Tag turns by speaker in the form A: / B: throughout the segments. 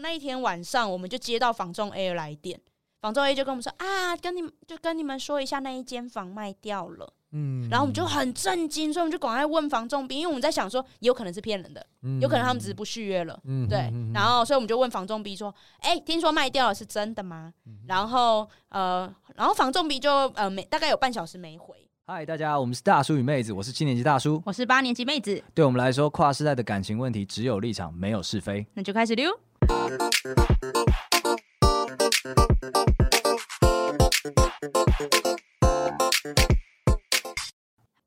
A: 那一天晚上，我们就接到房仲 A 来电，房仲 A 就跟我们说啊，跟你们就跟你们说一下，那一间房卖掉了。
B: 嗯
A: 然后我们就很震惊，所以我们就赶快问房仲 B，因为我们在想说，也有可能是骗人的，有可能他们只是不续约了。
B: 嗯
A: 对，然后所以我们就问房仲 B 说：“哎、听说卖掉了是真的吗？”
B: 嗯
A: 然后呃，然后房仲 B 就呃没大概有半小时没回，
B: 嗨，大家，我们是大叔与妹子，我是七年级大叔。
C: 我是八年级妹子，
B: 对我们来说，跨世代的感情问题只有立场，没有是非。
C: 那就开始溜。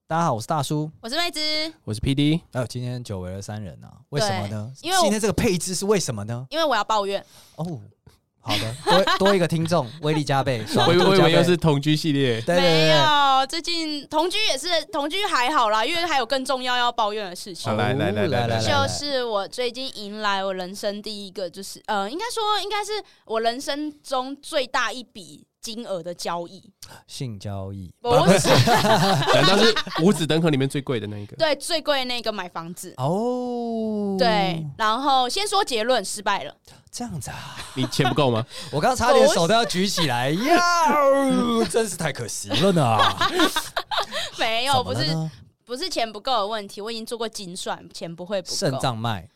B: 大家好，我是大叔。
A: 我是妹子，
D: 我是 P D，
B: 哎、今天久违了三人啊，为什么呢？
A: 因为我
B: 今天这个配置是为什么呢？
A: 因为我要抱怨，
B: 哦，好的， 多多一个听众，威力加倍，爽
D: 我以
B: 度
D: 我以
B: 加
D: 为
B: 倍
D: 又是同居系列，
B: 对对
A: 没
B: 对对，
A: 有，最近同居也是同居还好啦，因为还有更重要要抱怨的事情。
D: 好来来来
B: 哦
D: 来来来
A: 就是我最近迎来我人生第一个，就是呃，应该说应该是我人生中最大一笔金额的交易，
B: 性交易，
A: 不是
D: 难道是五子登科里面最贵的那一个？
A: 对最贵的那个买房子。
B: 哦，
A: 对，，然后先说结论，失败了。
B: 这样子啊，
D: 你钱不够吗？
B: 我刚刚差点手都要举起 来，呀，真是太可惜了呢。
A: 没
B: 怎
A: 有，
B: 么
A: 不
B: 了
A: 是
B: 呢
A: 不是钱不够的问题，我已经做过精算，钱不会不够。
B: 肾脏脉、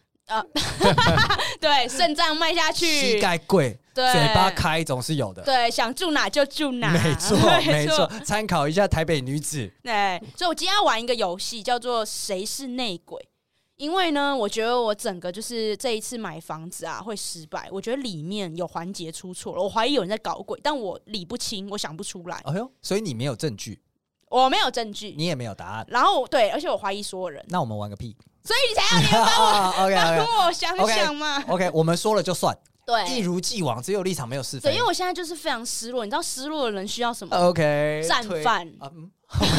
A: 对，肾脏卖下去，
B: 膝盖跪、
A: 对
B: 嘴巴开，总是有的。
A: 对，啊想住哪就住哪，
B: 没错，没错。，参考一下台北女子，
A: 对，所以我今天要玩一个游戏，叫做“谁是内鬼”。因为呢，我觉得我整个就是这一次买房子啊会失败，我觉得里面有环节出错了，我怀疑有人在搞鬼，但我理不清，我想不出来，
B: 哎呦，所以你没有证据，
A: 我没有证据。
B: 你也没有答案，
A: 然后我对，而且我怀疑所有人，
B: 那我们玩个屁
A: 所以你才要 你
B: ？OK
A: 帮
B: OK
A: 我想想嘛。
B: OK，我们说了就算，一
A: 对，
B: 如既往，只有立场没有是
A: 对，
B: 非
A: 因为。我现在就是非常失落，你知道失落的人需要什么？
B: OK，
A: 战
B: 推
A: 犯。
B: 啊，嗯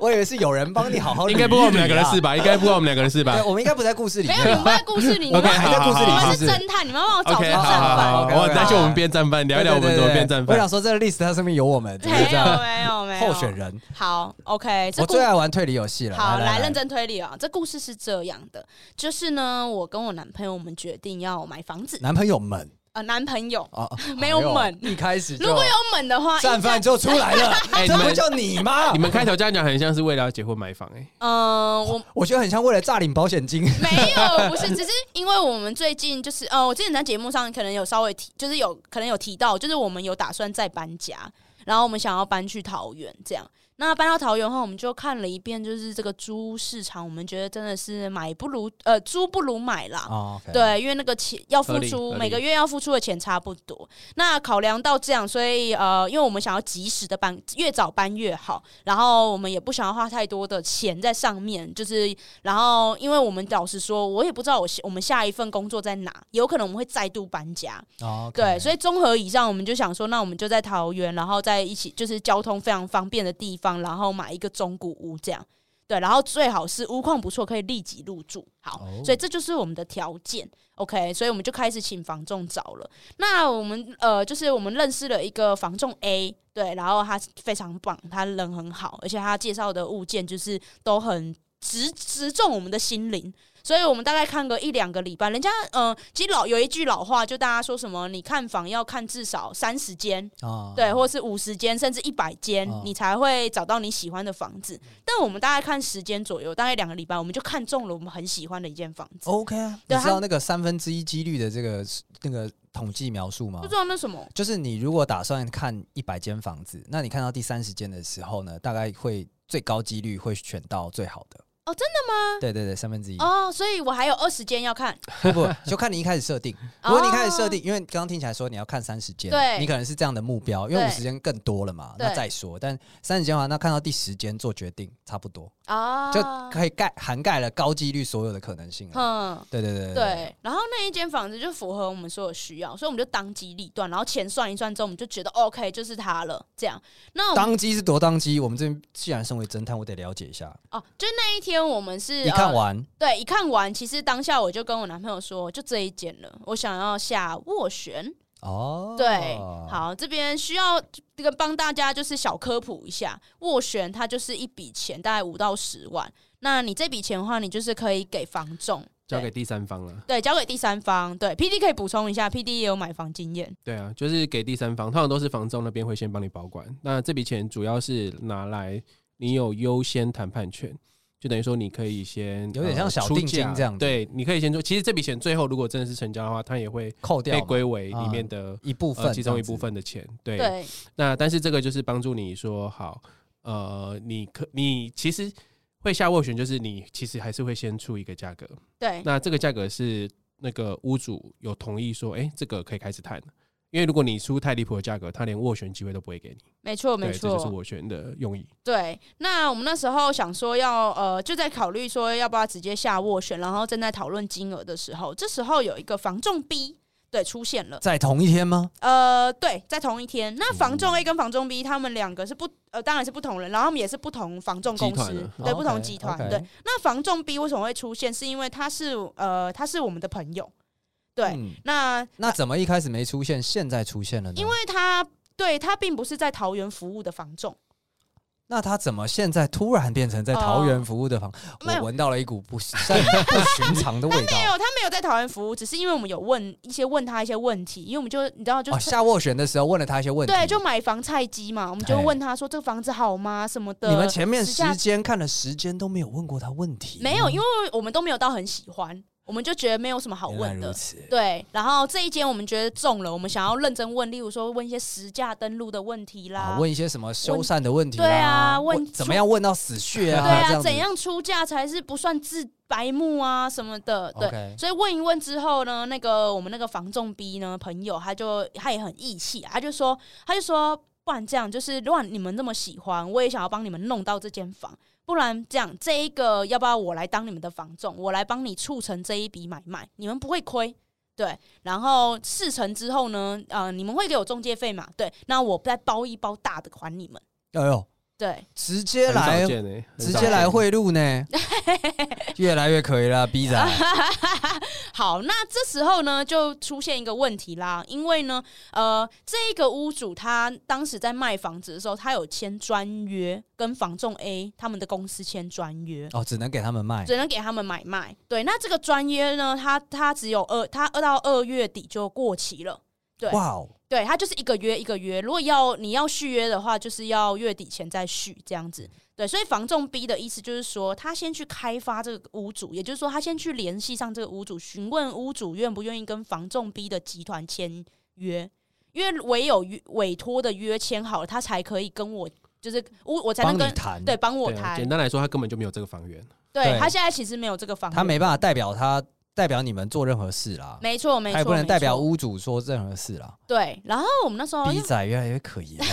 B: 我以为是有人帮你好好捋一捋啊，
D: 应该不关我们两个人是吧？应该不关我们两个人是吧
B: 对，？我们应该不在故事里
A: 没
B: 面
A: 有，你们不
B: 吧。
A: 在故事里，你们
D: OK，
B: 还在故事
A: 你
B: 里
A: 们
D: 好
A: 是
B: 是不是
A: 侦探，你们帮我找出
D: OK，
A: 战
D: 好
A: 犯。
B: 战
D: 好好，
B: 犯
D: 我那就我们
B: OK，OK，
D: 变战犯，聊一聊我们怎么变战
B: 对对对对我想
D: 犯。
B: 说，这个 list 它上面有我们，怎么会
A: 没
B: 这
A: 有
B: 样？
A: 没有没有
B: 候选人，
A: 好，OK，这
B: 我
A: 故
B: 最爱玩推理游戏了。
A: 好
B: 来
A: 认。真推理啊！这故事是这样的，就是呢，我跟我男朋友我们决定要买房子，
B: 男朋友们
A: 呃，男朋友
B: 啊，
A: 没有
B: 哎
A: 猛
B: 呦一开始就
A: 如果有猛的话，
B: 战犯就出 来了，
D: 哎
B: 这
D: 你
B: 不
D: 们
B: 就你吗
D: 你？们开头这样讲，很像是为了要结婚买房哎。
A: 嗯、呃我
B: 我觉得很像为了诈领保险金。
A: 没有，不是，只是因为我们最近就是呃，我之前在节目上可能有稍微提，就是有可能有提到，就是我们有打算再搬家，然后我们想要搬去桃园这样。那搬到桃园后，我们就看了一遍，就是这个租屋市场，我们觉得真的是买不如呃租不如买啦。
B: 哦，OK，
A: 对，因为那个钱要
D: 合
A: 付
D: 理
A: 出
D: 合
A: 每个
D: 理
A: 月要付出的钱差不多。那考量到这样，所以呃，因为我们想要及时的搬，越早搬越好。然后我们也不想要花太多的钱在上面，就是然后因为我们老实说，我也不知道我下我们下一份工作在哪，有可能我们会再度搬家。
B: 哦，
A: 对，所
B: 以
A: 以综合以上，我们就想说，那我们就在桃园，然后在一起就是交通非常方便的地方，然后买一个中古屋这样。对，然后最好是屋况不错，可以立即入住。好，
B: 哦
A: 所以这就是我们的条件。OK，所以我们就开始请房仲找了。那我们呃，就是我们认识了一个房仲 A，对，然后他非常棒，他人很好，而且他介绍的物件就是都很直直中我们的心灵。所以我们大概看个一两个礼拜，人家嗯、呃其实老有一句老话，就大家说什么，你看房要看至少三十间，
B: 啊
A: 对，或是五十间甚至一百间
B: 哦，
A: 你才会找到你喜欢的房子。
B: 嗯
A: 但我们大概看十间左右，大概两个礼拜，我们就看中了我们很喜欢的一间房子。
B: OK 啊，你
A: 对
B: 知
A: 他
B: 道那个三分之一几率的这个那个统计描述吗
A: 不？知道那什么，
B: 就是你如果打算看一百间房子，那你看到第三十间的时候呢，大概会最高几率会选到最好的。
A: 哦
B: 真的吗？对对对，三分之一。
A: 哦，所以我还有二十间要 看。
B: 不不，就看你一开始设定。如果你一开始设定，因为刚刚听起来说你要看三十间，
A: 哦对
B: 你可能是这样的目标，因为
A: 对
B: 五十间更多了嘛，
A: 对
B: 那再说。但三十间的话，那看到第十间做决定，差不多
A: 啊，
B: 就可以盖涵盖了高几率所有的可能性了。
A: 嗯。
B: 对对对
A: 对，然后那一间房子就符合我们所有需要，所以我们就当机立断，然后钱算一算之后，我们就觉得 OK，就是它了。这样，那我们
B: 当机是多当机，我们这边既然身为侦探，我得了解一下。
A: 哦，就那一天我们是
B: 你看
A: 呃
B: 完
A: 对，一看完，其实当下我就跟我男朋友说，就这一间了，我想要下斡旋。
B: 哦，
A: 对，好，这边需要这个帮大家就是小科普一下，斡旋它就是一笔钱，大概五到十万。那你这笔钱的话，你就是可以给房仲，
D: 交给第三方啊了。
A: 对，交给第三方。对，P D 可以补充一下，P D 也有买房经验。
D: 对啊，就是给第三方，通常都是房仲那边会先帮你保管。那这笔钱主要是拿来你有优先谈判权，就等于说你可以先呃
B: 有点像小
D: 出
B: 定金
D: 价
B: 这样子
D: 对，你可以先做。其实这笔钱最后如果真的是成交的话，它也会
B: 扣掉
D: 被
B: 嘛啊
D: 归为里面的、
B: 一部
D: 呃
B: 分，
D: 其中一部。分的钱。对，
A: 对，
D: 那但是这个就是帮助你说好，呃，你可你其实会下斡旋，就是你其实还是会先出一个价格，
A: 对，
D: 那这个价格是那个屋主有同意说，哎、这个可以开始谈，因为如果你出太离谱的价格，他连斡旋机会都不会给你。
A: 没错，
D: 对，
A: 没
D: 这就是
A: 错。
D: 斡旋的用意。
A: 对，那我们那时候想说要呃，就在考虑说要不要直接下斡旋，然后正在讨论金额的时候，这时候有一个房仲 B 对出现了。
B: 在同一天吗？
A: 呃，对，在同一天。那房
B: 嗯
A: 仲 A 跟房仲 B 他们两个是不呃，当然是不同人，然后他们也是不同房仲公
D: 集
A: 司
D: 团啊，
A: 对，
B: 哦
A: 不同
B: OK，
A: 集团。
B: OK
A: 对，那房仲 B 为什么会出现？是因为他是呃，他是我们的朋友，对。
B: 嗯
A: 那
B: 那怎么一开始没出现，现在出现了呢？
A: 因为他对他并不是在桃园服务的房仲，
B: 那他怎么现在突然变成在桃园服务的房？
A: 哦没有
B: 我闻到了一股不不寻常的味
A: 没
B: 道。哦
A: 有，他没有在桃园服务，只是因为我们有问一些问他一些问题，因为我们就你知道就
B: 哦，下斡旋的时候问了他一些问题，
A: 对，就买房菜鸡嘛，我们就
B: 嘿
A: 问他说这个房子好吗什么的。
B: 你们前面
A: 时价
B: 时间看了时间都没有问过他问题，哦
A: 没有，因
B: 为
A: 为我们都没有到很喜欢，我们就觉得没有什么好问
B: 如
A: 的。
B: 此。
A: 对，然后这一间我们觉得中了，我们想要认真问，例如说问一些实价登录的问题啦，
B: 啊，问一些什么修缮的问题啦，
A: 对啊问
B: 问怎么样问到死穴 啊？
A: 对
B: 这
A: 啊，
B: 样子
A: 怎样出价才是不算自白目啊什么的，对。
B: ？OK，
A: 所以问一问之后呢，那个我们那个房仲 B 呢朋友，他就他也很义气啊，他就说他就说，不然这样，就是如果你们那么喜欢，我也想要帮你们弄到这间房，不然这样，这一个要不要我来当你们的房仲，我来帮你促成这一笔买卖，你们不会亏。对，然后事成之后呢，呃，你们会给我中介费嘛？对，那我再包一包大的还你们。
B: 哎呦，
A: 对，
B: 直接
D: 很少
B: 来，
D: 见欸
B: 直接来，
D: 很少见
B: 贿赂 呢，越来越可以了，逼仔。
A: 好，那这时候呢，就出现一个问题啦，因为呢，呃，这一个屋主他当时在卖房子的时候，他有签专约，跟房仲 A 他们的公司签专约。
B: 哦，只能给他们卖。
A: 只能给他们买卖，对。那这个专约呢，他他只有二，他二到二月底就过期了，对
B: 哇哦，
A: 对，他就是一个约一个约。如果要你要续约的话，就是要月底前再续这样子。
B: 嗯
A: 对，所以房仲 B 的意思就是说，他先去开发这个屋主，也就是说，他先去联系上这个屋主，询问屋主愿不愿意跟房仲 B 的集团签约，因为唯有约委托的约签好了，他才可以跟我，就是屋我才能
B: 帮你
A: 跟
B: 谈，
A: 对帮我
D: 对啊
A: 谈
D: 简。单来说，他根本就没有这个房源。
A: 对
B: 对
A: 他现在其实没有这个房源，
B: 他没办法代表他代表你们做任何事啦，
A: 没错没错，
B: 他也不能
A: 没
B: 代表
A: 错
B: 屋主说任何事啦。
A: 对。然后我们那时候因为
B: 逼仔越来越可疑了，啊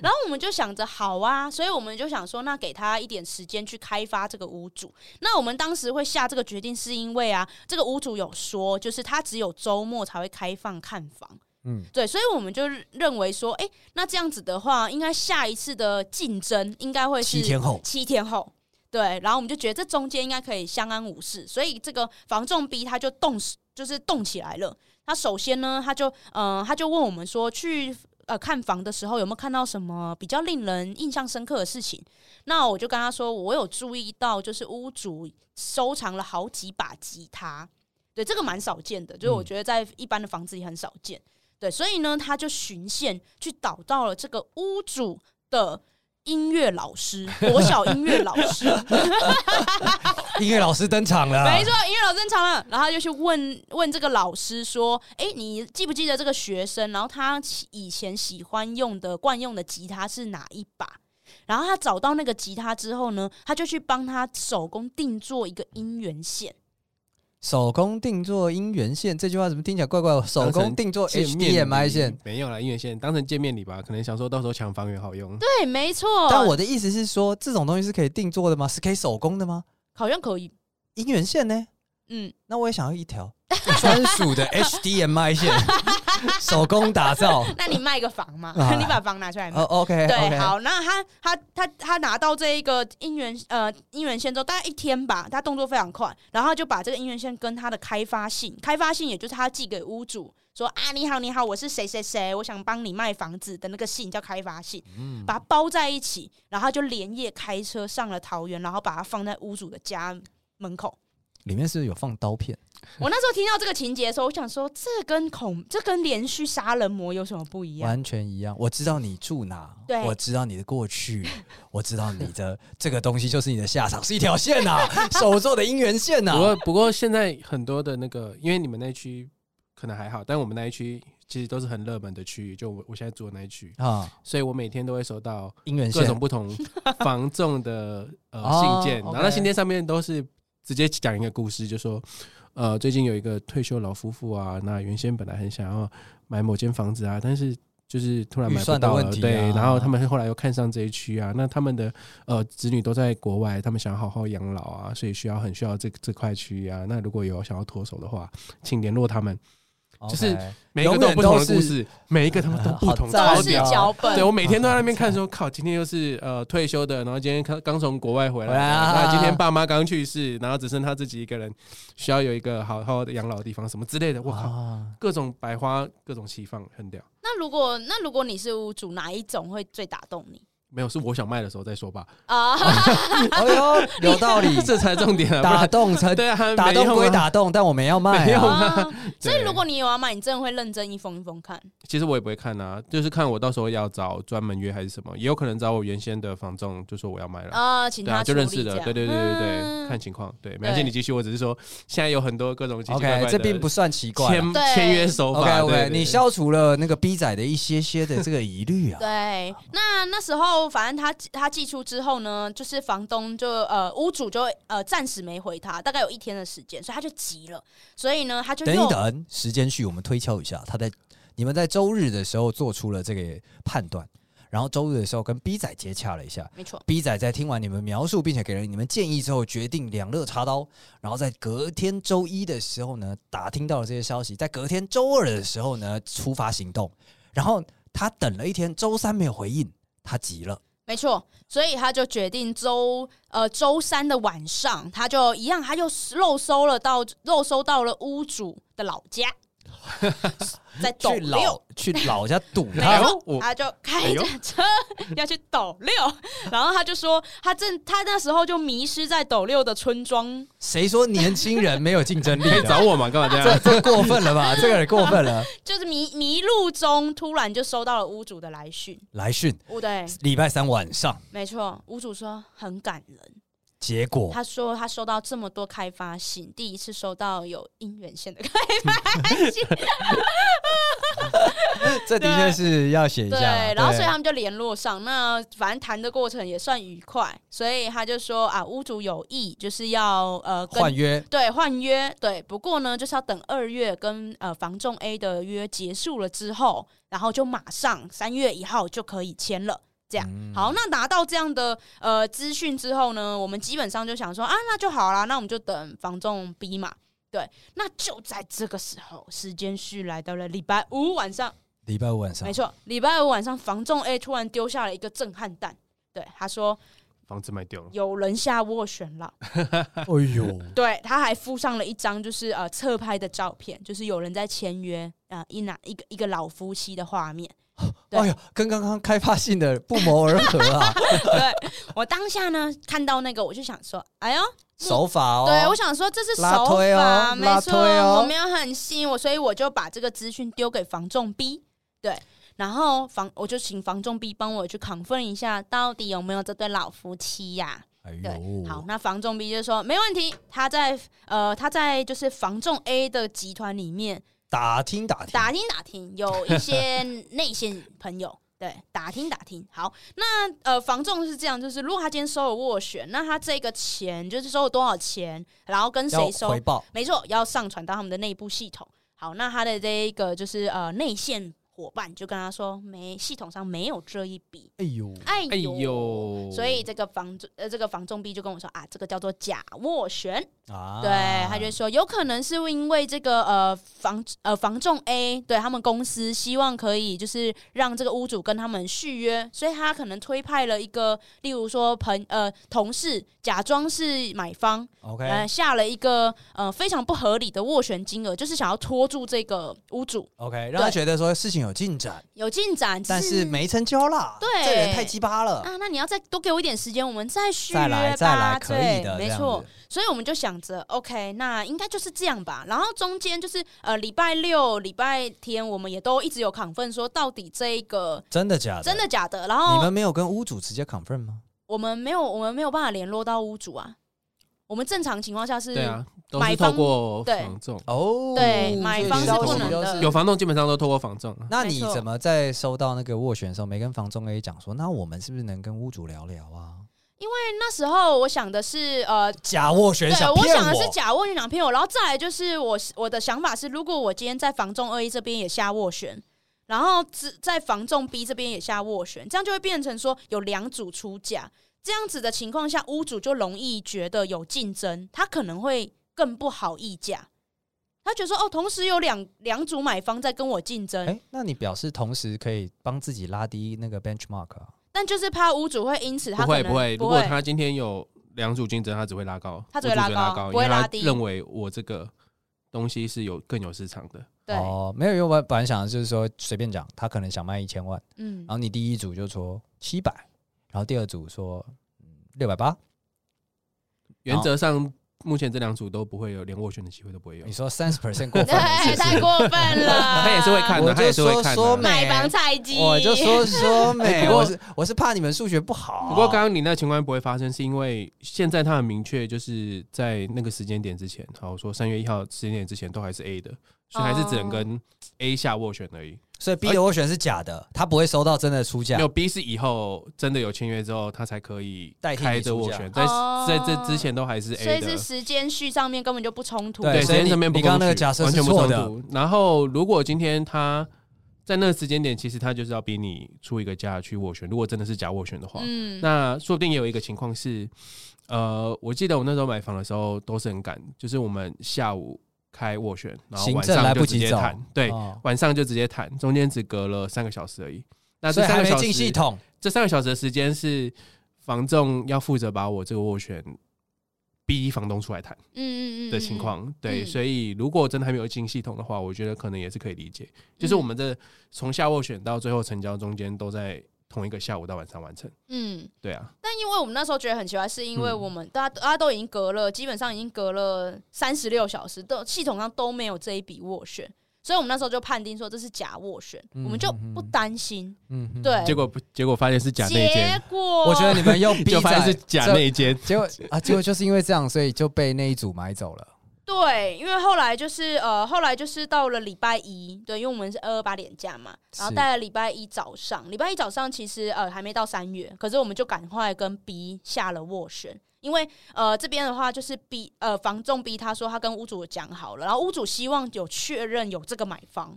A: 然后我们就想着好啊，所以我们就想说，那给他一点时间去开发这个屋主。那我们当时会下这个决定，是因为啊，这个屋主有说，就是他只有周末才会开放看房。
B: 嗯，
A: 对，所以我们就认为说，诶，那这样子的话，应该下一次的竞争应该会 是
B: 七天后
A: 七天后。对，然后我们就觉得这中间应该可以相安无事，所以这个房仲 B 他就动，就是动起来了。他首先呢，他就嗯、呃他就问我们说，去呃看房的时候有没有看到什么比较令人印象深刻的事情？那我就跟他说，我有注意到，就是屋主收藏了好几把吉他，对，这个蛮少见的，就是我
B: 嗯
A: 觉得在一般的房子里很少见。对，所以呢，他就循线去找到了这个屋主的音乐老师， 国小音乐老师，
B: 音乐老师登场了，
A: 没错，啊音乐老师正常了。然后他就去问问这个老师说：“诶，你记不记得这个学生？然后他以前喜欢用的惯用的吉他是哪一把？”然后他找到那个吉他之后呢，他就去帮他手工定做一个音源线。
B: 手工定做姻缘线这句话怎么听起来怪怪？的？手工 定做
D: 见面礼
B: HDMI 线，
D: 没有啦，姻缘线当成见面礼吧，可能想说到时候抢房源好用。
A: 对，没错。
B: 但我的意思是说，这种东西是可以定做的吗？是可以手工的吗？
A: 好像可以，
B: 姻缘线呢？
A: 嗯，
B: 那我也想要 一条专属的 HDMI 线，手工打 造。
A: 那你卖个房嘛？
B: 啊
A: 你把房拿出来卖
B: 哦。，OK，
A: 对，，好，那他他他他拿到这一个姻缘呃姻缘线之后，大概一天吧，他动作非常快，然后他就把这个姻缘线跟他的开发信，开发信也就是他寄给屋主说啊，你好你好，我是谁谁谁，我想帮你卖房子的那个信叫开发信，
B: 嗯
D: 嗯
A: 把它包在一起，然后他就连夜开车上了桃园，然后把它放在屋主的家门口。
B: 里面是不是有放刀片？
A: 我那时候听到这个情节的时候，我想说，这跟恐这跟连续杀人魔有什么不一样？
B: 完全一样。我知道你住哪
A: 对，
B: 我知道你的过去， 我知道你的这个东西就是你的下场，是一条线呐、 手做的姻缘线啊呐、
D: 不过 不过现在很多的那个，因为你们那一区可能还好，但我们那一区其实都是很热门的区域，就我我现在住的那一区，
B: 啊，
D: 所以我每天都会收到
B: 姻缘
D: 各
B: 线
D: 种不 同防重的呃
B: 哦
D: 信件，然后那
B: OK
D: 信件上面都是直接讲一个故事，就说呃最近有一个退休老夫妇啊，那原先本来很想要哎买某间房子啊，但是就是突然
B: 预
D: 买不
B: 算的
D: 到
B: 问
D: 了，
B: 题
D: 对，
B: 啊
D: 然后他们后来又看上这一区啊，那他们的呃子女都在国外，他们想好好养老啊，所以需要很需要这这块区域啊，那如果有想要脱手的话，请联络他们，就是
B: OK
D: 每一个都有
B: 永
D: 不同
B: 远
D: 的
B: 都
D: 故
B: 是
D: 事，每一个他们都 不
B: 好
D: 同，超
A: 都
B: 糟
A: 是
D: 屌
A: 脚
D: 对
A: 本，
D: 我每天都在那边看说，靠，今天又是呃退休的，然后今天刚刚从国外回来
B: 回
D: 的，
B: 来啊
D: 那今天爸妈刚去世，然后只剩他自己一个人，需要有一个好好的养老的地方什么之类的。我靠，
B: 啊，
D: 各种百花，各种齐放，很屌。
A: 那如果那如果你是屋主，哪一种会最打动 你
D: 没有，是我想卖的时候再说吧，，
A: 啊？
B: 哎呦，有道理
D: 这才重点啊！不
B: 打
D: 然
B: 动成
D: 对啊，
B: 打
D: 没用啊
B: 动归，打动，但我们要卖
D: 没用
B: 啊。
A: 啊 所以
D: 对
A: 如果你有要买，你真的会认真一封一封看。
D: 其实我也不会看啊，就是看我到时候要找专门约还是什么，也有可能找我原先的房仲，就说我要卖了。
A: 啊，请
D: 对
A: 他
D: 啊，就
A: 处
D: 认
A: 理
D: 识的
A: 这，样
D: 对对对对对，
A: 嗯
D: 看情况。对，没关系，
A: 对
D: 你继续。我只是说，现在有很多各种奇奇怪怪
B: OK，
D: 的
B: 这并不算奇怪啊。
D: 签
A: 对
D: 签约手法。
B: OK
D: 对
B: OK，
D: 对对
B: 你消除了那个逼仔的一些些的这个疑虑啊。
A: 对，那那时候反正他他寄出之后呢，就是房东就呃屋主就呃暂时没回他，大概有一天的时间，所以他就急了，所以呢他就
B: 等
A: 又
B: 一等，时间序我们推敲一下，他在你们在周日的时候做出了这个判断，然后周日的时候跟 B 仔接洽了一下。
A: 没错，
B: B 仔在听完你们描述，并且给了你们建议之后，决定两肋插刀。然后在隔天周一的时候呢，打听到了这些消息，在隔天周二的时候呢，出发行动。然后他等了一天，周三没有回应，他急了。
A: 没错，所以他就决定周呃周三的晚上，他就一样，他又漏收了到漏收到了屋主的老 家，在斗
B: 去
A: 六
B: 老。去老家堵
A: 没
B: 他，
D: 哎呦
A: 错，
D: 我
A: 他就开着车 要去斗六，然后他就说他正他那时候就迷失在斗六的村庄
B: 谁说年轻人没有竞争力
D: 可以
B: 的？
D: 找我嘛？干嘛这
B: 这
D: 样？
B: 这过分了吧？这个人过分了。
A: 就是迷迷路中，突然就收到了屋主的来讯。
B: 来讯，
A: 哦，对，
B: 礼拜三晚上，
A: 没错，屋主说很感人。
B: 结果
A: 他说他收到这么多开发信，第一次收到有姻缘线的开
B: 这的确是要写一下
A: 对
B: 啦。，
A: 然后所以
B: 对
A: 他们就联络上。那反正谈的过程也算愉快，所以他就说啊，屋主有意就是要呃跟
B: 换约
A: 对，换约对，不过呢，就是要等二月跟呃房仲 A 的约结束了之后，然后就马上三月一号就可以签了。这样、
B: 嗯
A: 好，那拿到这样的呃资讯之后呢，我们基本上就想说啊，那就好啦，那我们就等房仲 B 嘛。对，那就在这个时候，时间序来到了礼拜五晚上，
B: 礼拜五晚上
A: 没，错，礼拜五晚上，房仲 A 突然丢下了一个震撼弹，对他说
D: 房子卖掉了，
A: 有人下斡旋 了。
B: 哎呦，
A: 对，他还附上了一张就是呃侧拍的照片，就是有人在签约啊、一男一个一个老夫妻的画 面。对
B: 哎呦，跟刚刚开发性的不谋而合 啊，
A: 对我当下呢看到那个，我就想说，哎呦，
B: 手法哦，
A: 对我想说这是手
B: 拉
A: 法，
B: 推哦
A: 没
B: 拉
A: 错，
B: 推哦
A: 我没有很吸引我，所以我就把这个资讯丢给房仲 B。对，然后房我就请房仲 B 帮我去 confirm 一下，到底有没有这对老夫妻呀、
B: 哎
A: 对，好
B: 呦，，
A: 那房仲 B 就说没问题，他在呃他在就是房仲 A 的集团里面
B: 打听打听，
A: 打听打听，有一些内线朋友。对，打听打听。好，那呃，房仲是这样，就是如果他今天收了斡旋，那他这个钱就是收了多少钱，然后跟
B: 要
A: 谁收
B: 回，报，
A: 没错，要上传到他们的内部系统。好，那他的这一个就是呃内线伙伴就跟他说，没系统上没有这一笔。
B: 哎呦，
A: 哎呦，
D: 哎呦，
A: 所以这个房仲呃这个房仲 B 就跟我说啊，这个叫做假斡旋。
B: 啊，
A: 对，他就说有可能是因为这个呃房呃房仲 A 对他们公司希望可以就是让这个屋主跟他们续约，所以他可能推派了一个，例如说朋呃同事假装是买方，呃
B: OK
A: 下了一个呃非常不合理的斡旋金额，就是想要拖住这个屋主。
B: OK，让他觉得说事情有进展，
A: 有进展，只
B: 但是没成交啦。
A: 对
B: 这人太鸡巴了。
A: 啊，那你要再多给我一点时间，我们再续约吧。
B: 再来再来，可以
A: 对
B: 的，
A: 没
B: 这样
A: 错
B: 子。。
A: 所以我们就想着，OK，那应该就是这样吧。然后中间就是呃，礼拜六、礼拜天，我们也都一直有亢奋，说到底这一个
B: 真的假的？
A: 真的假的。然
B: 你
A: 后
B: 们没有跟屋主直接 confirm 吗？
A: 我们没有，我们没有办法联络到屋主啊。我们正常情况下是
D: 对啊，都
A: 买
D: 是
A: 方
D: 透过
A: 对
D: 房仲，
B: 哦，
A: 对买
B: 这
A: 方
B: 些
A: 是
B: 消
A: 不
B: 息
A: 能
B: 都
A: 的
B: 是
D: 有房仲基本上都透过房仲啊。
B: 那
A: 没
B: 你
A: 错
B: 怎么在收到那个斡旋的时候，没跟房仲 A 讲说，那我们是不是能跟屋主聊聊啊？
A: 那时候我想的是呃。
B: 假斡旋
A: 对，
B: 想
A: 我
B: 骗
A: 想的是假斡旋想骗我，然后再来就是我我的想法是，如果我今天在房仲二一这边也下斡旋，然后只在房仲 B 这边也下斡旋，这样就会变成说有两组出价，这样子的情况下，屋主就容易觉得有竞争，他可能会更不好议价，他觉得说哦，同时有两两组买方在跟我竞争，
B: 哎、那你表示同时可以帮自己拉低那个 benchmark 啊？
A: 但就是怕屋主会因此他
D: 不
A: 可
D: 会
A: 能
D: 不会，如
A: 不
D: 果
A: 会
D: 他今天有两组竞争，他只会拉高，
A: 他只会拉
D: 我主拉
A: 高不
D: 因
A: 会
D: 为
A: 拉
D: 他
A: 低
D: 认为我这个东西是有更有市场的。
A: 对，
B: 哦，没有，因为我本来想的就是说随便讲，他可能想卖一千万，
A: 嗯
B: 然，后你第一组就说七百，然后第二组说嗯六百八，
D: 原则上，目前这两组都不会有，连斡旋的机会都不会有
B: 哦你。说三十 percent 过分了，
A: 对，
B: 是不
A: 太
B: 是？
A: 过分了，
D: 他也是会看
B: 我
D: 的，他也
B: 就是
D: 会
B: 说
D: 看
B: 说
D: 的。
B: 美，
A: 买房菜鸡，
B: 我就说 说
D: 哎
B: 美，
D: 不过
B: 我是我是怕你们数学不好。啊
D: 不
A: 哦
D: 过刚刚你那情况不会发生，是因为现在他很明确，就是在那个时间点之前，好，我说三月一号时间点之前都还是 A 的，所以还是只能
A: 哦
D: 跟 A 下斡旋而已。
B: 所以 B 的斡旋是假的，他不会收到真的出价
D: 没。有 B 是以后真的有签约之后，他才可以
B: 代替你
D: 开着
B: 出
D: 斡
B: 价
D: 旋，在
A: 哦
D: 在这之前都还是
A: 所
D: A
A: 以
D: 的
A: 是。时间序上面根本就不冲突。
B: 对
D: 对，时
B: 所以
D: 间上面不
B: 你你刚刚那个
D: 公
B: 假设
D: 完
B: 是
D: 全不
B: 错
D: 冲
B: 的
D: 突。然后，如果今天他在那个时间点，其实他就是要逼你出一个价去斡旋。如果真的是假斡旋的话，
A: 嗯，
D: 那说不定也有一个情况是，呃，我记得我那时候买房的时候都是很赶，就是我们下午开斡旋，然后
B: 行
D: 晚
B: 政来
D: 上
B: 不
D: 就
B: 及
D: 直接
B: 走
D: 谈，对，
B: 哦
D: 晚上就直接谈，中间只隔了三个小时而已。那这
B: 所以
D: 三
B: 还
D: 个
B: 没
D: 小
B: 进系
D: 时，
B: 统，
D: 这三个小时的时间是房仲要负责把我这个斡旋逼房东出来谈。
A: 嗯嗯嗯
D: 的情，况。对，
A: 嗯
D: 所以如果真的还没有进系统的话，我觉得可能也是可以理解，就是
A: 嗯
D: 我们这从下斡旋到最后成交中间都在同一个下午到晚上完成。
A: 嗯。嗯
D: 对啊，
A: 但因为我们那时候觉得很奇怪，是因为
D: 嗯
A: 我们大家大家都已经隔了，基本上已经隔了三十六小时，都系统上都没有这一笔斡旋，所以我们那时候就判定说这是假斡旋，
B: 嗯
A: 我们就不担心。
B: 嗯哼，
A: 对，
D: 结果不，结果发现是假内
A: 结
D: 奸，
A: 果
B: 我觉得你们又逼
D: 就发现
B: 在
D: 是假内奸。
B: 结果啊，结果就是因为这样，所以就被那一组买走了。
A: 对，因为后来就是呃，后来就是到了礼拜一，对，因为我们是二二八连假嘛，然后
B: 是
A: 到了礼拜一早上，礼拜一早上其实呃还没到三月，可是我们就赶快跟 B 下了斡旋，因为呃这边的话就是 B 呃房仲 B 他说他跟屋主讲好了，然后屋主希望有确认有这个买方，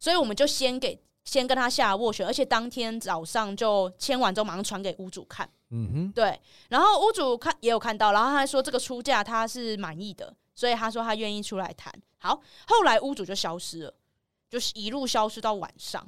A: 所以我们就先给先跟他下斡旋，而且当天早上就签完之后马上传给屋主看。
B: 嗯
A: 对，然后屋主看也有看到，然后他还说这个出价他是满意的，所以他说他愿意出来谈。好，后来屋主就消失了，就是一路消失到晚上，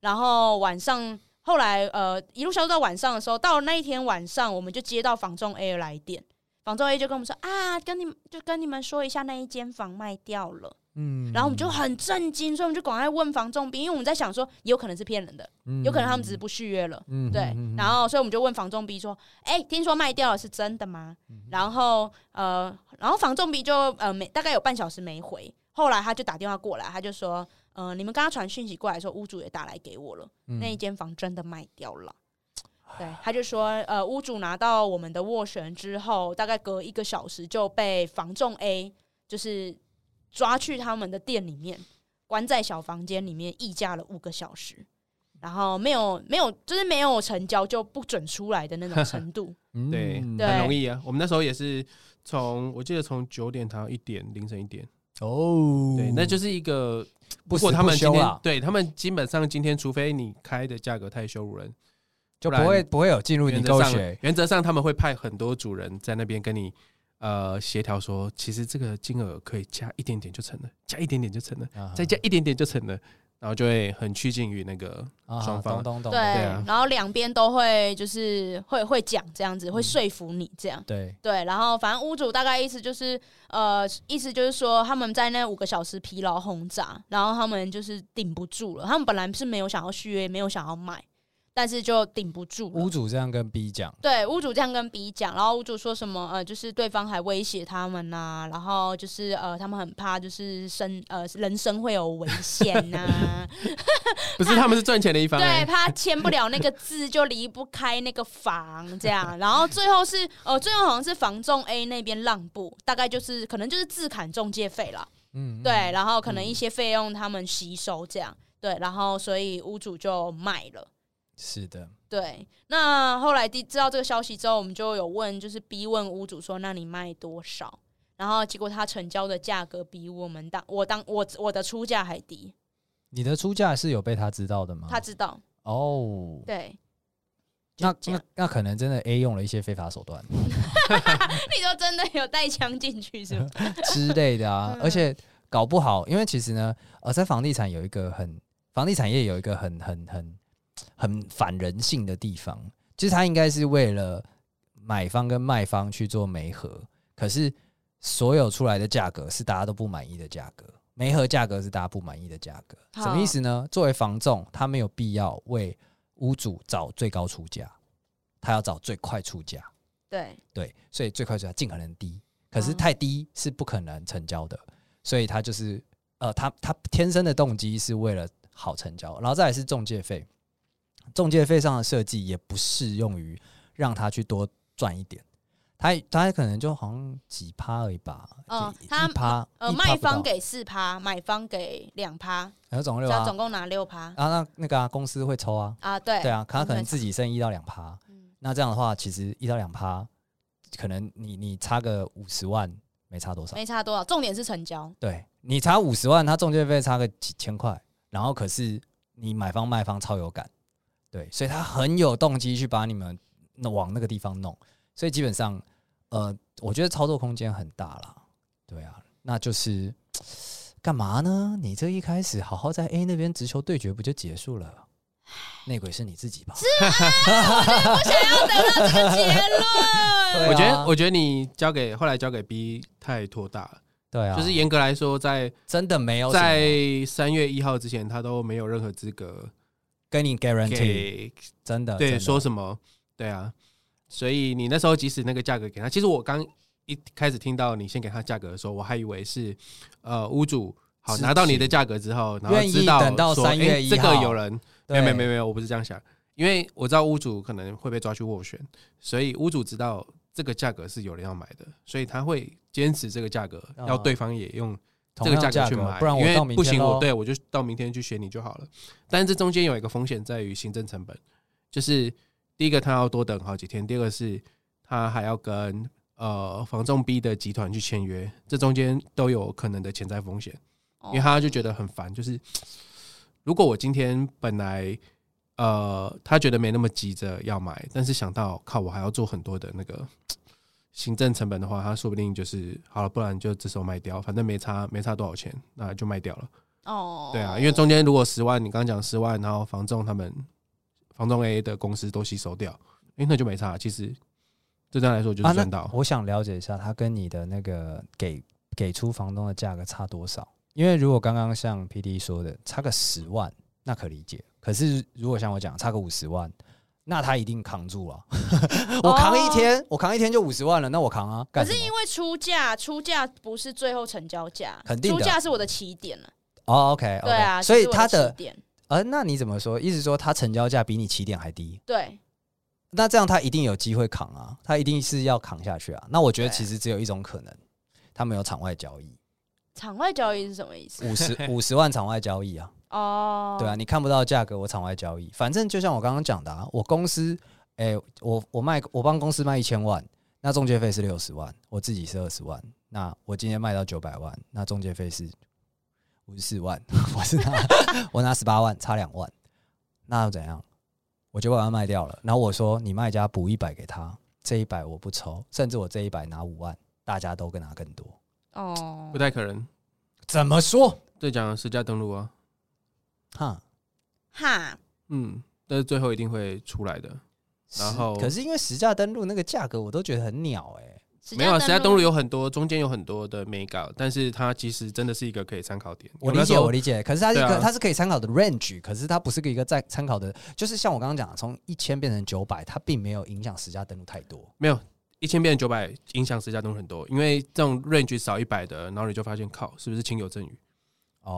A: 然后晚上后来呃一路消失到晚上的时候，到了那一天晚上，我们就接到房仲 A 的来电，房仲 A 就跟我们说啊，跟你们就跟你们说一下那一间房卖掉了，
B: 哼，嗯
A: 然后我们就很震惊，所以我们就赶快问房仲 B，因为我们在想说也有可能是骗人的，有可能他们只是不续约了。
B: 嗯
A: 对，然后所以我们就问房仲 B 说：“哎、听说卖掉了是真的吗？”
B: 嗯
A: 然后呃，然后房仲 B 就呃没大概有半小时没回，后来他就打电话过来，他就说：“呃，你们刚刚传讯息过来说屋主也打来给我了，
B: 嗯
A: 那一间房真的卖掉 了。”对，他就说，呃，屋主拿到我们的斡旋之后，大概隔一个小时就被房仲 A 就是抓去他们的店里面，关在小房间里面议价了五个小时，然后没有没有就是没有成交就不准出来的那种程度。
B: 嗯
D: 对，
B: 嗯
A: 对
D: 很容易啊。我们那时候也是从，我记得从九点谈到一点，凌晨一点。
B: 哦，
D: 对，那就是一个。
B: 不
D: 嗯不啊
B: 死
D: 过他们
B: 不
D: 今
B: 休啊
D: 天
B: 啦，
D: 对他们基本上今天，除非你开的价格太羞辱人，
B: 就
D: 不
B: 不会
D: 然
B: 不会有进入你
D: 原
B: 勾
D: 则
B: 血
D: 上，，原则上他们会派很多主人在那边跟你呃协调说，其实这个金额可以加一点点就成了，加一点点就成了，
B: 啊
D: 再加一点点就成了。然后就会很趋近于那个
B: 啊，
D: 双方
B: 懂懂 懂，
A: 对，
B: 对
D: 啊
A: 然后两边都会就是会会讲这样
B: 嗯
A: 子，会说服你这样。
B: 对
A: 对，然后反正屋主大概意思就是，呃，意思就是说他们在那五个小时疲劳轰炸，然后他们就是顶不住了。他们本来是没有想要续约，没有想要卖，但是就顶不住了
B: 屋。主这样跟 B 讲，
A: 对，屋主这样跟 B 讲，然后屋主说什么？呃，就是对方还威胁他们呐、然后就是呃，他们很怕就是生呃人生会有危险啊呐、
D: 不是他们是赚钱的一方、
A: 对，
D: 欸，
A: 怕签不了那个字就离不开那个房，这样。然后最后是呃，最后好像是房仲 A 那边让步，大概就是可能就是自砍中介费啦，
B: 嗯，
A: 对，然后可能一些费用他们吸收这样，对，然后所以屋主就卖了。
B: 是的，
A: 对，那后来第知道这个消息之后，我们就有问，就是逼问屋主说，那你卖多少？然后结果他成交的价格比我们当我当我我的出价还低，
B: 你的出价是有被他知道的吗？
A: 他知道，
B: 哦，
A: 对，
B: 那
A: 这样
B: 那那可能真的 A 用了一些非法手段
A: 你说真的有带枪进去是吗？
B: 之类的啊，而且搞不好，因为其实呢，呃，在房地产有一个很，房地产业有一个很很很很反人性的地方，就是它应该是为了买方跟卖方去做媒合，可是所有出来的价格是大家都不满意的价格。媒合价格是大家不满意的价格，
A: 好
B: 什么意思呢？作为房仲，他没有必要为屋主找最高出价，他要找最快出价。
A: 对，
B: 对，所以最快出价尽可能低，可是
A: 哦
B: 太低是不可能成交的，所以他就是呃，他他天生的动机是为了好成交，然后再来是中介费，中介费上的设计也不适用于让他去多赚一点，他他可能就好像几趴而已吧，
A: 哦
B: 几
A: 他
B: 一趴
A: 呃，
B: 一趴
A: 卖
B: 不到
A: 方给四趴，买方给两趴，
B: 然后总
A: 这
B: 六
A: 样
B: 啊，
A: 总共拿六趴
B: 然后那那个啊公司会抽啊，
A: 啊，对
B: 对啊，他可能
A: 对
B: 自己剩一到两趴，
A: 嗯
B: 那这样的话其实一到两趴，可能你你差个五十万没差多少。
A: 没差多少，重点是成交，
B: 对你差五十万，他中介费差个几千块，然后可是你买方卖方超有感，对，所以他很有动机去把你们弄往那个地方弄，所以基本上，呃，我觉得操作空间很大啦，对啊，那就是干嘛呢？你这一开始好好在 A 那边直球对决不就结束了？内鬼是你自己吧？
A: 啊 结论。
B: 对啊
D: 我觉得，我觉得你交给后来交给 B 太拖大了，
B: 对啊，
D: 就是严格来说，在
B: 真的没有什么
D: 在三月一号之前，他都没有任何资格
B: 跟你 guarantee，
D: 给
B: 真的真
D: 对
B: 的
D: 说什么，对啊，所以你那时候即使那个价格给他，其实我刚一开始听到你先给他价格的时候，我还以为是呃屋主好
B: 知
D: 拿到你的价格之后，然后
B: 愿意
D: 知道
B: 等到
D: 说
B: 3月
D: 诶
B: 1
D: 这个
B: 号
D: 有人没
B: 对
D: 有没有没有没有，我不是这样想，因为我知道屋主可能会被抓去斡旋，所以屋主知道这个价格是有人要买的，所以他会坚持这个价格，
B: 啊
D: 要对方也用
B: 同
D: 这个
B: 样
D: 价格去
B: 格
D: 买，
B: 不然
D: 因
B: 我
D: 为
B: 到明
D: 不
B: 天
D: 行，我
B: 咯
D: 对我就到明天去选你就好了。但是这中间有一个风险在于行政成本，就是第一个他要多等好几天，第二个是他还要跟呃房仲 B 的集团去签约，这中间都有可能的潜在风险。
A: 哦
D: 因为他就觉得很烦，就是如果我今天本来呃，他觉得没那么急着要买，但是想到靠我还要做很多的那个行政成本的话，他说不定就是好了，不然就这时候卖掉，反正没差没差多少钱，那就卖掉了。
A: 哦，
D: 对啊，因为中间如果十万，你刚刚讲十万，然后房仲他们房仲 A 的公司都吸收掉，因为那就没差。其实对他来说就是
B: 啊，
D: 赚到、
B: 那我想了解一下，他跟你的那个给给出房东的价格差多少？因为如果刚刚像 P D 说的，差个十万，那可理解。可是如果像我讲，差个五十万，那他一定扛住了。 我扛一天，我扛一天就五十万了，那我扛啊。
A: 哦可
B: 干什
A: 是
B: 么
A: 因为出价，出价不是最后成交价，
B: 肯定的
A: 出价是我的起点了。
B: 哦，OK，, o k
A: 对啊，
B: 所以
A: 这是我
B: 他
A: 的
B: 的
A: 起点，
B: 呃，那你怎么说？意思说他成交价比你起点还低，
A: 对
B: 那这样他一定有机会扛啊，他一定是要扛下去啊。那我觉得
A: 对
B: 其实只有一种可能，他没有场外交易，
A: 场外交易是什么意思？
B: 五十五十万场外交易啊。
A: 哦，
B: 对啊，，你看不到价格，我场外交易，反正就像我刚刚讲的、啊，我公司，哎、我我卖我帮公司卖一千万，那中介费是六十万，我自己是二十万，那我今天卖到九百万，那中介费是五十四万， 我是拿我拿十 八万，差两万，那又怎样？我九百万卖掉了，然后我说你卖家补一百给他，这一百我不抽，甚至我这一百拿五万，大家都跟拿更多，
A: 哦
D: 不，太可能。
B: 怎么说
D: 对，讲实价登录啊，
B: 哈，
A: 哈，
D: 嗯，但是最后一定会出来的。然
B: 实
D: 后
B: 可是因为实价登录那个价格，我都觉得很鸟哎、
D: 没有啊，
A: 实
D: 实家东路
A: 路
D: 有很多，中间有很多的 mega，但是它其实真的是一个可以参考点。
B: 我
D: 那
B: 理
D: 时
B: 解，
D: 候
B: 我理解。可是它是一
D: 对
B: 个，
D: 啊
B: 它是可以参考的 range，可是它不是一个在参考的，就是像我刚刚讲的，从一千变成九百，它并没有影响实价登录太多。
D: 没有一千变九百，影响石家东路很多，因为这种 range 少一百的，然后你就发现靠，是不是亲友赠与？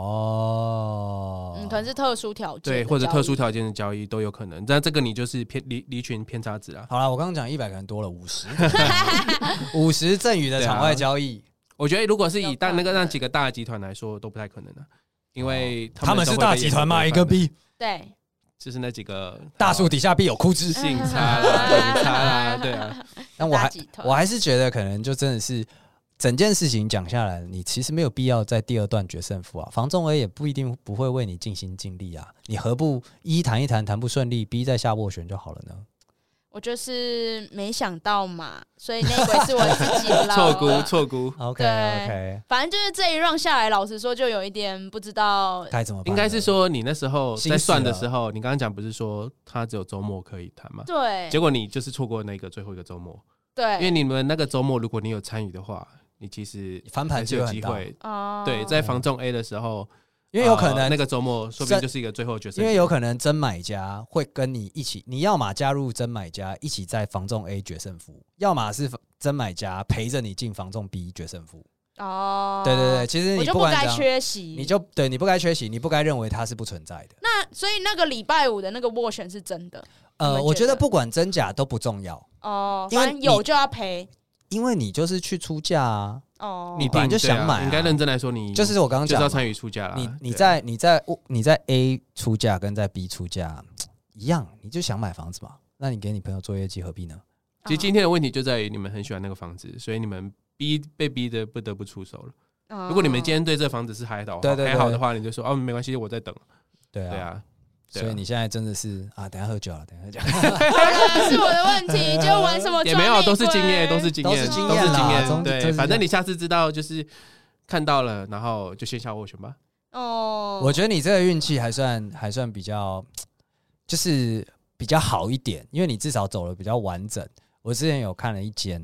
B: 哦，
A: 嗯，可能是特殊条件的
D: 对，或者
A: 交易
D: 特殊条件的交易都有可能。但这个你就是偏离离群偏差值啦。
B: 好了，我刚刚讲一百可能多了五十，五十赠予的场外交易，
D: 我觉得如果是以大
A: 有可
D: 那
A: 能哦
D: 个那几个大集团来说，都不太可能的、因为
B: 他们
D: 啊都
B: 是
D: 会被
B: 大集团嘛，
D: 业
B: 一
D: 主规
B: 个
D: 范的，
B: 币，
A: 对，
D: 就是那几个
B: 大树底下必有枯枝。
D: 信差啦、 隐差啦，对啊，
B: 但我
A: 嗯大
B: 还
A: 集团
B: 我还是觉得可能就真的是整件事情讲下来，你其实没有必要在第二段决胜负啊。房仲 A 也不一定不会为你尽心尽力啊，你何不一谈一谈，谈不顺利，B 再下斡旋就好了呢？
A: 我就是没想到嘛，所以内鬼是我自己 捞
D: 错估
A: 的。
D: 错估，
B: OK
A: 对
B: OK，
A: 反正就是这一 round 下来，老实说就有一点不知道，
B: 该怎么办？
D: 应该是，说你那时候在算的
B: 心死了
D: 时候，你刚刚讲不是说他只有周末可以谈吗？
A: 对
D: 结果你就是错过那个最后一个周末，因为
A: 对，
D: 你们那个周末如果你有参与的话，你其实
B: 翻盘
D: 还是有
B: 机
D: 机
B: 会很大
D: 会。
A: 哦
D: 对，在防重 A 的时候，
B: 因为有可
D: 呃
B: 能、
D: 那个周末说不
B: 这
D: 定就是一个最后决胜
B: 因
D: 点，
B: 为有可能真买家会跟你一起，你要么加入真买家一起在房仲 A 决胜负，要么是真买家陪着你进房仲 B 决胜负。
A: 哦，
B: 对对对，，其实
A: 我
B: 你
A: 就
B: 不
A: 不
B: 管
A: 该
B: 怎样，
A: 缺席，
B: 你就对你不该缺席，你不该认为它是不存在的。
A: 那所以那个礼拜五的那个斡旋是真的你
B: 呃，
A: 们
B: 我
A: 觉
B: 觉得
A: 得
B: 不管真假都不重要，
A: 哦，
B: 因为
A: 反正
B: 你
A: 有就要赔
B: 因为你就是去出价啊，
A: 哦，
D: 你
B: 本来就
D: 对啊
B: 想买啊
D: 应该认真来说，你
B: 就是我刚刚
D: 就是要
B: 讲嘛，
D: 参与出价啦。
B: 你你
D: 对啊
B: 在你在你在 A 出价跟在 B 出价一样，你就想买房子嘛，那你给你朋友做业绩何必呢？
D: 其实今天的问题就在于你们很喜欢那个房子，所以你们逼被逼的不得不出手了。
A: 哦
D: 如果你们今天对这房子是还好
B: 对对对
D: 还好的话，你就说哦没关系，我在等。
B: 对
D: 对
B: 啊，
D: 啊，对啊
B: 所以你现在真的是啊，等一下喝酒了，等一下喝酒。
A: 啊是我的问题，就玩什么
D: 也没有，
A: 哦
D: 啊
A: 抓内
D: 都是经验，
A: 鬼
D: 都是经
B: 都
D: 验，
B: 是经
D: 都
B: 验
D: 是
B: 啦
D: 经验。
B: 总之都
D: 对，
B: 是
D: 反
B: 经
D: 正
B: 验
D: 你下次知道就是看到了，然后就先下斡旋吧。
A: 哦，
B: 我觉得你这个运气还算还算比较，就是比较好一点，因为你至少走了比较完整。我之前有看了一间，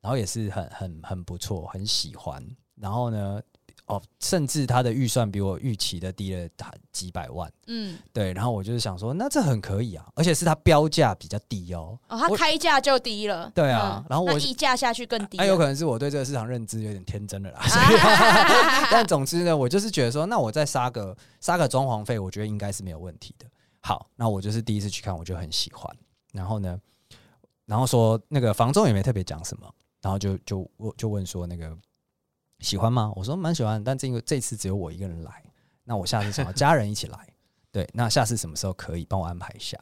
B: 然后也是很很很不错，很喜欢。然后呢，哦，甚至它的预算比我预期的低了它几百万。
A: 嗯，
B: 对，然后我就是想说，那这很可以啊，而且是它标价比较低哦。
A: 哦，他
B: 我
A: 开价就低了，嗯
B: 对啊然后我
A: 那溢价下去更低
B: 那、
D: 哎
A: 了，
B: 啊有可能是我对这个市场认知有点天真了 啦。所以
A: 啊
B: 但总之呢，我就是觉得说，那我再杀个杀个装潢费，我觉得应该是没有问题的。好，那我就是第一次去看，我就很喜欢。然后呢，然后说那个房东也没特别讲什么，然后就就我就问说那个喜欢吗？我说蛮喜欢，但这个这次只有我一个人来，那我下次想要家人一起来。对，那下次什么时候可以帮我安排一下？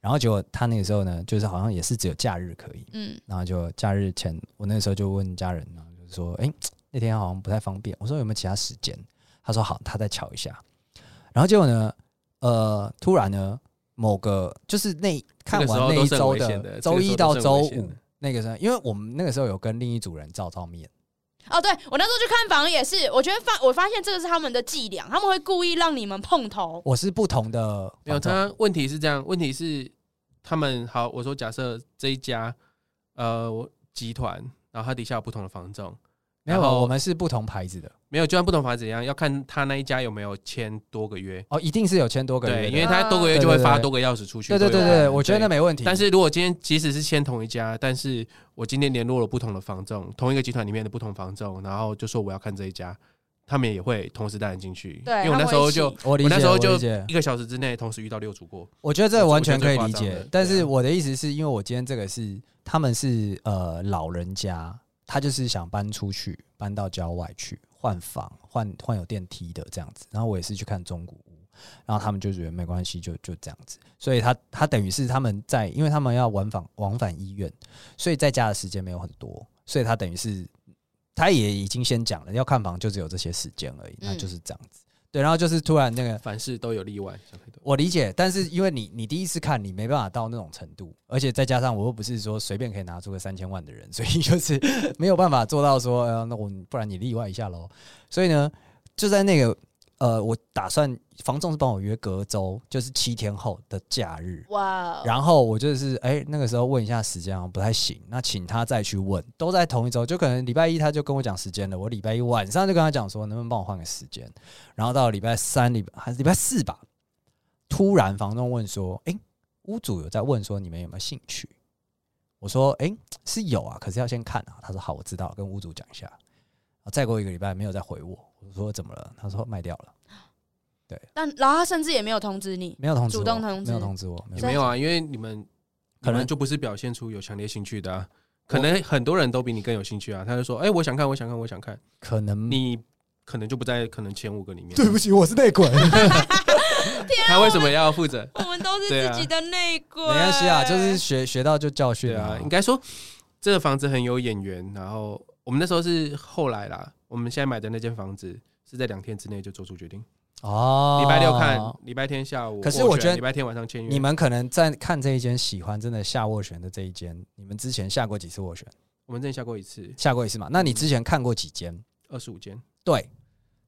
B: 然后结果他那个时候呢，就是好像也是只有假日可以，
A: 嗯，
B: 然后就假日前，我那时候就问家人，然后就说，哎、那天好像不太方便。我说有没有其他时间？他说好，他再瞧一下。然后结果呢，呃，突然呢，某个就是那看
D: 这个时
B: 完
D: 候
B: 那
D: 都
B: 一
D: 是很
B: 周
D: 危险的
B: 周一到周
D: 这个时候都是很危
B: 五
D: 险的
B: 那个时候，因为我们那个时候有跟另一组人照照面，
A: 哦，对我那时候去看房也是，我觉得发我发现这个是他们的伎俩，他们会故意让你们碰头，
B: 我是不同的
D: 没有，
B: 房仲
D: 他问题是这样，问题是他们好，我说假设这一家呃我集团，然后它底下有不同的房仲，
B: 没有，
D: 然后
B: 我们是不同牌子的
D: 没有，就算不同房子一样，要看他那一家有没有签多个月。
B: 哦，一定是有签多个
D: 对，
B: 月
D: 因
B: 的。
D: 为他多个月就会
B: 啊对
D: 发
B: 对对
D: 多个钥匙出去。
B: 对对对
D: 多个
B: 对，
D: 人
B: 我觉得那没问题。
D: 啊但是如果今天即使是签同一家，但是我今天联络了不同的房仲，同一个集团里面的不同房仲，然后就说我要看这一家，他们也会同时带人进去。
A: 对，
D: 因为我那时候就
B: 我理
D: 我
B: 解，
D: 那时候就
B: 理解
D: 一个小时之内同时遇到六组过，
B: 我觉得这个完全可以理
D: 我觉得最夸张
B: 解
D: 的，
B: 但
D: 对
B: 是
D: 啊
B: 我的意思是因为我今天这个是他们是呃老人家，他就是想搬出去，搬到郊外去换房，换换有电梯的这样子。然后我也是去看中古屋，然后他们就觉得没关系，就就这样子。所以他他等于是他们在，因为他们要往返往返医院，所以在家的时间没有很多，所以他等于是他也已经先讲了，要看房就只有这些时间而已，那
A: 嗯
B: 就是这样子。对，然后就是突然那个
D: 凡事都有例外，想太多。
B: 我理解，但是因为你你第一次看，你没办法到那种程度，而且再加上我又不是说随便可以拿出个三千万的人，所以 就是没有办法做到说，呃，那我不然你例外一下喽。所以呢，就在那个呃，我打算房仲是帮我约隔周，就是七天后的假日。
A: 哇哦，
B: 然后我就是哎、那个时候问一下时间好像不太行，那请他再去问，都在同一周，就可能礼拜一他就跟我讲时间了，我礼拜一晚上就跟他讲说能不能帮我换个时间，然后到礼拜三、礼拜还是礼拜四吧，突然房东问说，哎、屋主有在问说你们有没有兴趣？我说，哎、是有啊，可是要先看啊。他说好，我知道了，跟屋主讲一下。然后再过一个礼拜没有再回我，我说怎么了？他说卖掉了，
A: 但然后他甚至也没有通知你，
B: 没有通知
A: 主
B: 我，
A: 动通知
B: 没有通知我，没
D: 也
B: 有
A: 所以
D: 没有啊，因为你们
B: 可
D: 可
B: 能
D: 能就不是表现出有强烈兴趣的、啊，可能很多人都比你更有兴趣啊。他就说：“哎、我想看，我想看，我想看。
B: 可能
D: 你可能就不在可能前五个里面。
B: 对不起，我是内鬼。
D: 他为什么要负责？
A: 我们都是
D: 对
A: 自
D: 啊
A: 己的内鬼，
B: 没关系啊，就是学学到就教训
D: 对啊，应该说这个房子很有眼缘。然后我们那时候是后来啦，我们现在买的那间房子是在两天之内就做出决定，
B: 哦。
D: 礼拜六看，礼拜天下午斡旋。
B: 可是我觉得
D: 礼拜天晚上签约，
B: 你们可能在看这一间喜欢，真的下斡旋的这一间，你们之前下过几次斡旋？
D: 我们真的下过一次
B: 下过一次嘛？那你之前看过几间？
D: 二十五间，
B: 对，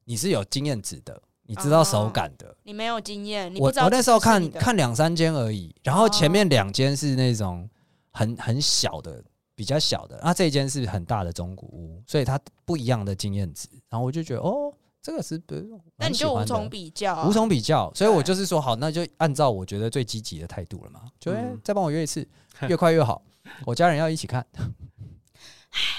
B: 你是有经验值的，你知道手感的。
A: 你没有经验，哦你
B: 我
A: 不知道
B: 我那时候
A: 这是你
B: 看
A: 的
B: 看两三间而已，然后前面两间是那种很很小的，比较小的，那这一间是很大的中古屋，所以它不一样的经验值。然后我就觉得哦，这个是不，
A: 那
B: 蛮
A: 你
B: 喜
A: 就无
B: 欢的
A: 从比较
D: 哦
A: 啊，
B: 无从比较，所以我
A: 对
B: 就是说好，那就按照我觉得最积极的态度了嘛，就、哎
D: 嗯
B: 再帮我约一 次，越快越好。我家人要一起看，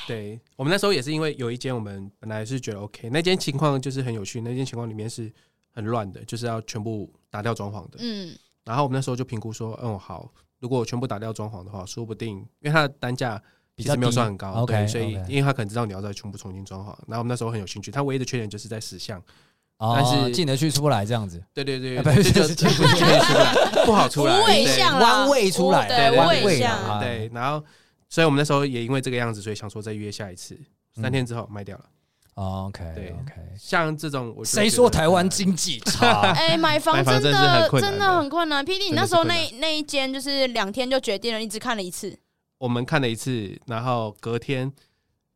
D: 对我们那时候也是因为有一间我们本来是觉得 OK，那间情况就是很有趣，那间情况里面是很乱的，就是要全部打掉装潢的。
A: 嗯，
D: 然后我们那时候就评估说，嗯好，如果我全部打掉装潢的话，说不定因为它的单价
B: 比
D: 其
B: 较
D: 实没有
B: 低
D: 算很高
B: OK，
D: 对，所以
B: OK
D: 因为他可能知道你要再全部重新装潢。然后我们那时候很有兴趣，它唯一的缺点就是在石像， 但是
B: 哦进得去出不来这样子，
D: 对对对，
B: 啊
D: 对
B: 不
D: 这
B: 是
D: 就
B: 石
D: 是
B: 像
D: 不是缺点出来， 不好出来，
A: 无尾
D: 对
A: 像啦，
B: 弯位出来，
A: 对，
D: 对啊
A: 无
B: 弯
D: 对
A: 尾
B: 位
A: 像
B: 啦，
D: 对，然后所以我们那时候也因为这个样子，所以想说再约下一次，
B: 嗯
D: 三天之后卖掉了。
B: 哦，OK
D: 对
B: OK，
D: 像这种我就
B: 谁
D: 觉得
B: 说台湾
D: 很
B: 经济差？
A: 哎、买房
D: 买房
A: 真
D: 真的是
A: 的
D: 很困难
A: 真
D: 的
A: 很困难。PD，你
D: 真的
A: 那
D: 是
A: 时候
D: 困
A: 那那一间就是两天就决定了，你只看了一次，
D: 我们看了一次，然后隔天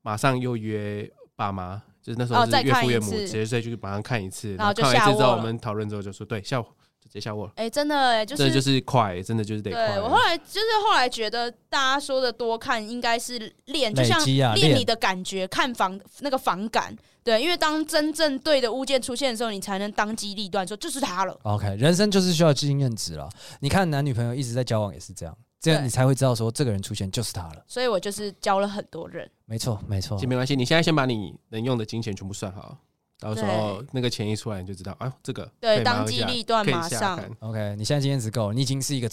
D: 马上又约爸妈，就是那时
A: 哦
D: 候
A: 再
D: 是岳
A: 看
D: 父
A: 一
D: 岳母，
A: 次
D: 直接再去马上看一次，
A: 然后就
D: 看完一次之
A: 下卧
D: 后，我
A: 了
D: 们讨论之后就说对，下午就直接下卧了，
A: 哎、真的、哎，就
D: 这
A: 是、
D: 就是快，真的就是得快
A: 对我后。来就是后来觉得大家说的多看应该是练，就
B: 累
A: 像
B: 积啊
A: 练
B: 练
A: 你的感觉，看房那个房感。对，因为当真正对的物件出现的时候，你才能当机立断说就是它了。
B: OK，人生就是需要经验值了。你看男女朋友一直在交往也是这样，这样
A: 对
B: 你才会知道说这个人出现就是他了。
A: 所以我就是教了很多人，
B: 没错，没错
D: 其实。没关系，你现在先把你能用的金钱全部算好，到时候
A: 对
D: 那个钱一出来你就知道，哎呦，这个
A: 对
D: 可以
A: 当
D: 马上
A: 机
D: 下
A: 立断
D: 可以
A: 马
D: 下
A: 上
D: 看
B: OK，你现在经验值够了，你已经是一个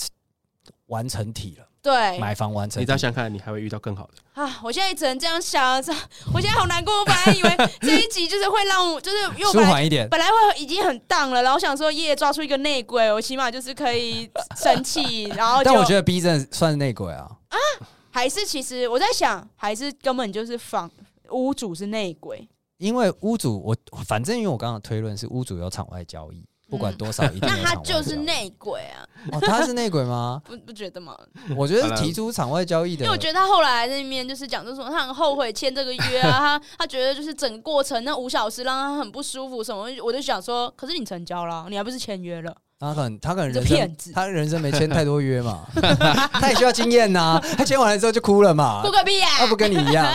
B: 完成体了，
A: 对
B: 买房完成
D: 哎你
B: 体
D: 再想看，你还会遇到更好的。
A: 啊，我现在只能这样想，这 我现在好难过。我本来以为这一集就是会让我，就是因为我
B: 舒
A: 本来
B: 缓一点。
A: 本来我已经很荡了，然后想说耶抓出一个内鬼，我起码就是可以生气，然后就
B: 但我觉得 B 真的算是内鬼啊。
A: 还是其实我在想，还是根本就是房屋主是内鬼，
B: 因为屋主，我反正因为我刚刚的推论是屋主有场外交易，不管多少一
A: 那
B: 定有场外
A: 他
B: 交
A: 就
B: 易
A: 是内鬼啊，？
B: 哦，他是内鬼吗
A: 不不觉得吗？
B: 我觉
D: 好
B: 得
D: 了
B: 提出场外交易
A: 因
D: 啊
B: 的
A: 为，我觉得他后来在那边就是讲，就说他很后悔签这个约啊，他 他觉得就是整个过程那五小时让他很不舒服什么，我就想说，可是你成交了啊，你还不是签约了？
B: 他可能他可能人
A: 你是骗子
B: 生他人生没签太多约嘛， 他也需要经验呐。他签完了之后就哭了嘛
A: 不，个屁啊
B: 他！不跟你 一样，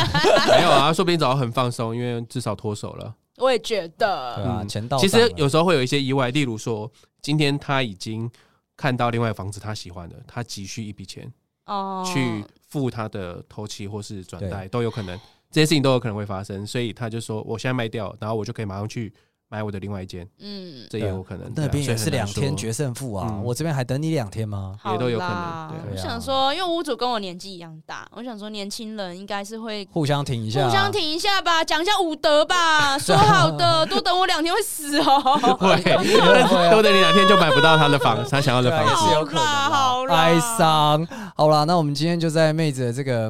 D: 没有啊，说不定找到很放松，因为至少脱手了。
A: 我也觉得
B: 对，啊，
D: 嗯
B: 钱到
D: 其
B: 账了
D: 实有时候会有一些意外，例如说，今天他已经看到另外房子他喜欢的，他急需一笔钱
A: 哦，
D: 去付他的头期或是转贷都有可能，这些事情都有可能会发生，所以他就说我现在卖掉，然后我就可以马上去买我的另外一间，
A: 嗯，
D: 这也有可能。
B: 啊
D: 啊
B: 那边也是两天
D: 决，
B: 决胜负啊，
D: 嗯
B: 我这边还等你两天吗？
A: 好
D: 也都有可能
A: 啦
D: 对
A: 我
B: 对啊
A: 想说，因为屋主跟我年纪一样大，我想说年轻人应该是会
B: 互相挺一下啊，
A: 互相挺一下吧，讲一下武德 吧。说好的，多等我两天会死哦。
D: 对， 多等你两天就买不到他的房，他想要的
B: 对啊，也
D: 房
B: 是
D: 子。
B: 有可能啊
A: 好啦好啦
B: 哀伤。好啦，那我们今天就在妹子的这个，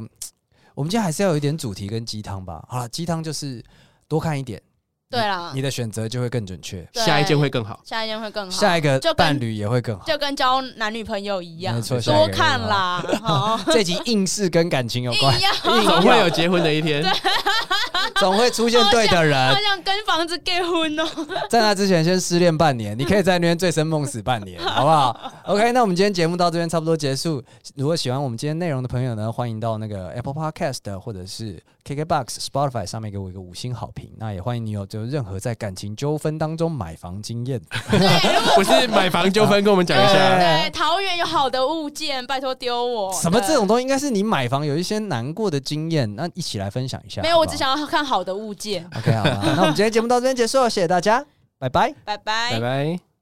B: 我们今天还是要有一点主题跟鸡汤吧。好了，鸡汤就是多看一点，
A: 对啦
B: 你，的选择就会更准确，
A: 对
D: 下一件会更好。
A: 下一件会更好，
B: 下一个
A: 嗯就跟
B: 伴侣也会更好。
A: 就跟交男女朋友一样
B: 没，错下一个啊
A: 多看啦，好，
B: 这集硬是跟感情有关
A: 一，样，
D: 总会有结婚的一天，
B: 总会出现对的人
A: 好。想跟房子结婚 哦。
B: 在那之前先失恋半年，你可以在那边醉生梦死半 年，好不好？OK，那我们今天节目到这边差不多结束。如果喜欢我们今天内容的朋友呢，欢迎到那个 Apple Podcast 或者是 KKBox、Spotify 上面给我一个五星好评。那也欢迎你有就任何在感情纠纷当中买房经验，
D: 不是买房纠纷，跟我们讲一
B: 对
D: 下。
A: 对，桃园有好的物件，拜托丢我。
B: 什么这
A: 对
B: 种东西应该是你买房有一些难过的经验，那一起来分享一下。
A: 没有，我
B: 好不好
A: 只想要看好的物件。
B: OK 好吧，那我们今天节目到这边结束了，谢谢大家，拜拜。
A: 拜拜
D: 拜。拜。